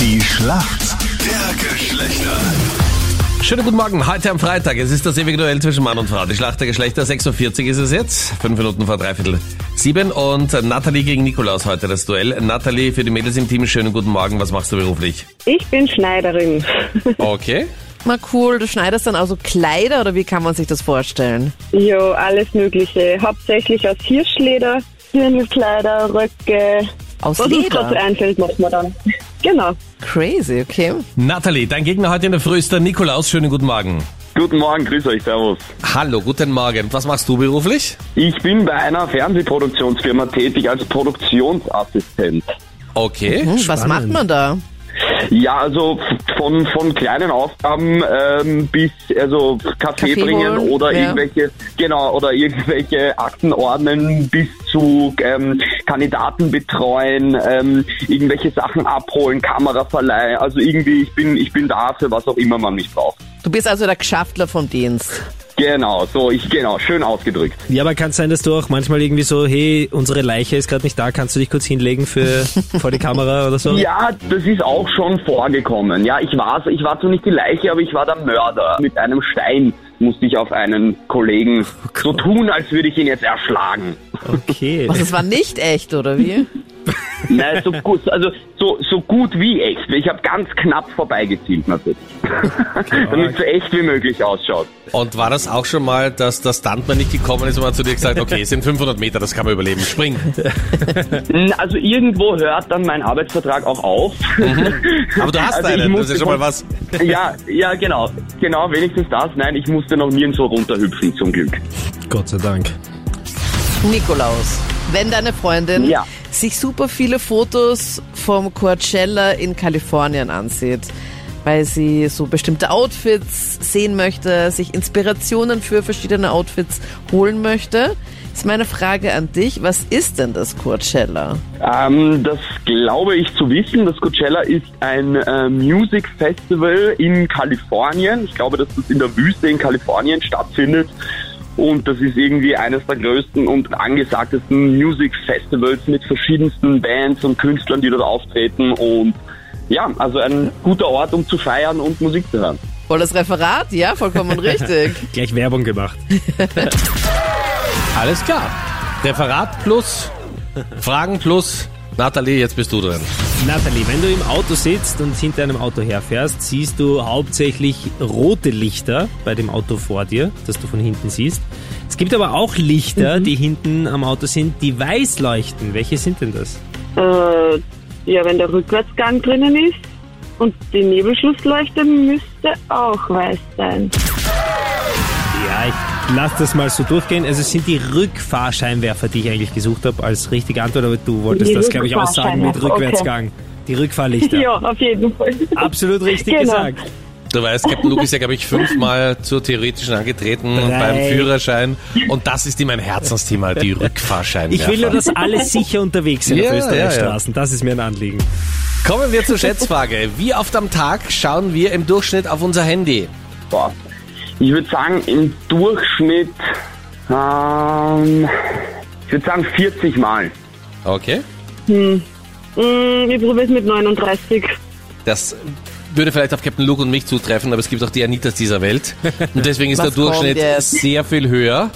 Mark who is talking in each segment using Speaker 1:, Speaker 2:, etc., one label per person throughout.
Speaker 1: Die Schlacht der Geschlechter.
Speaker 2: Schönen guten Morgen, heute am Freitag. Es ist das ewige Duell zwischen Mann und Frau. Die Schlacht der Geschlechter, 46 ist es jetzt. Fünf Minuten vor dreiviertel sieben. Und Nathalie gegen Nikolaus heute das Duell. Nathalie, für die Mädels im Team, schönen guten Morgen. Was machst du beruflich?
Speaker 3: Ich bin Schneiderin.
Speaker 2: Okay.
Speaker 4: Mal cool, du schneidest dann also Kleider oder wie kann man sich das vorstellen?
Speaker 3: Jo, alles Mögliche. Hauptsächlich aus Hirschleder, Dirndlkleider, Röcke.
Speaker 4: Aus
Speaker 3: Was uns
Speaker 4: Leder?
Speaker 3: gerade so einfällt, machen wir dann. Genau.
Speaker 4: Crazy, okay. Hm,
Speaker 2: Nathalie, dein Gegner heute in der Früh ist der Nikolaus. Schönen guten Morgen.
Speaker 5: Guten Morgen, grüß euch, servus.
Speaker 2: Hallo, guten Morgen. Was machst du beruflich?
Speaker 5: Ich bin bei einer Fernsehproduktionsfirma tätig als Produktionsassistent.
Speaker 2: Okay.
Speaker 4: Hm, was macht man da?
Speaker 5: Ja, also von, von kleinen Aufgaben ähm, bis also Kaffee,
Speaker 4: Kaffee
Speaker 5: bringen
Speaker 4: holen,
Speaker 5: oder
Speaker 4: ja.
Speaker 5: irgendwelche genau oder irgendwelche Akten ordnen bis zu ähm, Kandidaten betreuen, ähm, irgendwelche Sachen abholen, Kameraverleih. Also irgendwie ich bin ich bin da für was auch immer man mich braucht.
Speaker 4: Du bist also der Geschaftler vom Dienst.
Speaker 5: Genau, so ich genau schön ausgedrückt.
Speaker 6: Ja, aber kann es sein, dass du auch manchmal irgendwie so, hey, unsere Leiche ist gerade nicht da, kannst du dich kurz hinlegen für vor die Kamera oder so?
Speaker 5: Ja, das ist auch schon vorgekommen. Ja, ich war's. Ich war zwar nicht die Leiche, aber ich war der Mörder. Mit einem Stein musste ich auf einen Kollegen
Speaker 2: Oh
Speaker 5: so tun, als würde ich ihn jetzt erschlagen.
Speaker 6: Okay.
Speaker 4: Was, es war nicht echt, oder wie?
Speaker 5: Na, so gut, also so, so gut wie echt. Ich habe ganz knapp vorbeigezielt natürlich. Damit so echt wie möglich ausschaut.
Speaker 2: Und war das auch schon mal, dass der Stuntman nicht gekommen ist und man zu dir gesagt, okay, es sind 500 Meter, das kann man überleben. Spring.
Speaker 5: Hm, Also irgendwo hört dann mein Arbeitsvertrag auch auf.
Speaker 2: Mhm. Aber du hast
Speaker 5: Also ich
Speaker 2: einen, das
Speaker 5: musste
Speaker 2: ist schon mal was.
Speaker 5: ja, ja, genau. Genau, wenigstens das. Nein, ich musste noch nirgendwo runterhüpfen, zum Glück.
Speaker 6: Gott sei Dank.
Speaker 4: Nikolaus, wenn deine Freundin
Speaker 5: Ja.
Speaker 4: sich super viele Fotos vom Coachella in Kalifornien ansieht, weil sie so bestimmte Outfits sehen möchte, sich Inspirationen für verschiedene Outfits holen möchte, ist meine Frage an dich, was ist denn das Coachella?
Speaker 5: Ähm, das glaube ich zu wissen. Das Coachella ist ein äh, Music Festival in Kalifornien. Ich glaube, dass das in der Wüste in Kalifornien stattfindet. Und das ist irgendwie eines der größten und angesagtesten Music Festivals mit verschiedensten Bands und Künstlern, die dort auftreten. Und ja, also ein guter Ort, um zu feiern und Musik zu hören.
Speaker 4: Voll das Referat, ja, vollkommen richtig.
Speaker 6: Gleich Werbung gemacht.
Speaker 2: Alles klar. Referat plus, Fragen plus. Nathalie, jetzt bist du dran.
Speaker 6: Nathalie, wenn du im Auto sitzt und hinter einem Auto herfährst, siehst du hauptsächlich rote Lichter bei dem Auto vor dir, das du von hinten siehst. Es gibt aber auch Lichter, die hinten am Auto sind, die weiß leuchten. Welche sind denn das?
Speaker 3: Äh, ja, wenn der Rückwärtsgang drinnen ist und die Nebelschlussleuchte müsste auch weiß sein.
Speaker 6: Ja, ich lass das mal so durchgehen. Also es sind die Rückfahrscheinwerfer, die ich eigentlich gesucht habe als richtige Antwort, aber du wolltest
Speaker 3: Die
Speaker 6: das, glaube ich, aussagen mit
Speaker 3: Rückfahrscheinwerfer,
Speaker 6: Rückwärtsgang. Die Rückfahrlichter.
Speaker 3: Ja, auf jeden Fall.
Speaker 6: Absolut richtig
Speaker 3: Genau.
Speaker 6: gesagt.
Speaker 2: Du weißt, Captain Luke ist ja, glaube ich, fünfmal zur theoretischen angetreten
Speaker 6: Drei.
Speaker 2: beim Führerschein. Und das ist ihm ein Herzensthema, die Rückfahrscheinwerfer.
Speaker 6: Ich will nur, dass alle sicher unterwegs sind
Speaker 2: Ja,
Speaker 6: auf
Speaker 2: ja,
Speaker 6: Österreichs
Speaker 2: ja.
Speaker 6: Straßen. Das ist mir ein Anliegen.
Speaker 2: Kommen wir zur Schätzfrage. Wie oft am Tag schauen wir im Durchschnitt auf unser Handy?
Speaker 5: Boah. Ich würde sagen, im Durchschnitt, ähm, ich würde sagen 40 Mal.
Speaker 2: Okay.
Speaker 3: Mm, ich probiere es mit 39.
Speaker 2: Das würde vielleicht auf Captain Luke und mich zutreffen, aber es gibt auch die Anitas dieser Welt. Und deswegen ist
Speaker 4: Was
Speaker 2: der Durchschnitt
Speaker 4: kommt jetzt?
Speaker 2: sehr viel höher.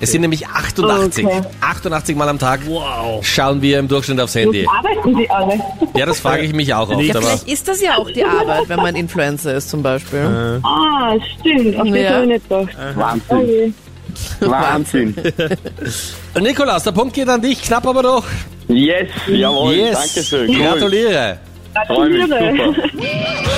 Speaker 2: Es sind nämlich 88.
Speaker 3: Okay.
Speaker 2: 88 Mal am Tag
Speaker 6: Wow.
Speaker 2: schauen wir im Durchschnitt aufs Handy.
Speaker 3: Arbeiten Sie alle?
Speaker 2: Ja, das frage ich mich auch oft.
Speaker 6: Ja,
Speaker 4: Ja,
Speaker 2: Aber
Speaker 4: vielleicht ist das ja auch die Arbeit, wenn man Influencer ist zum Beispiel.
Speaker 3: Ah, stimmt. Auf
Speaker 4: Ja.
Speaker 3: das habe ich nicht gedacht.
Speaker 5: Ähm. Wahnsinn.
Speaker 3: Okay.
Speaker 5: Wahnsinn.
Speaker 2: Nikolaus, der Punkt geht an dich, knapp aber doch.
Speaker 5: Yes, jawohl,
Speaker 2: yes.
Speaker 5: danke schön. Cool.
Speaker 2: Gratuliere.
Speaker 5: Freu mich,
Speaker 3: Gratuliere.
Speaker 5: super.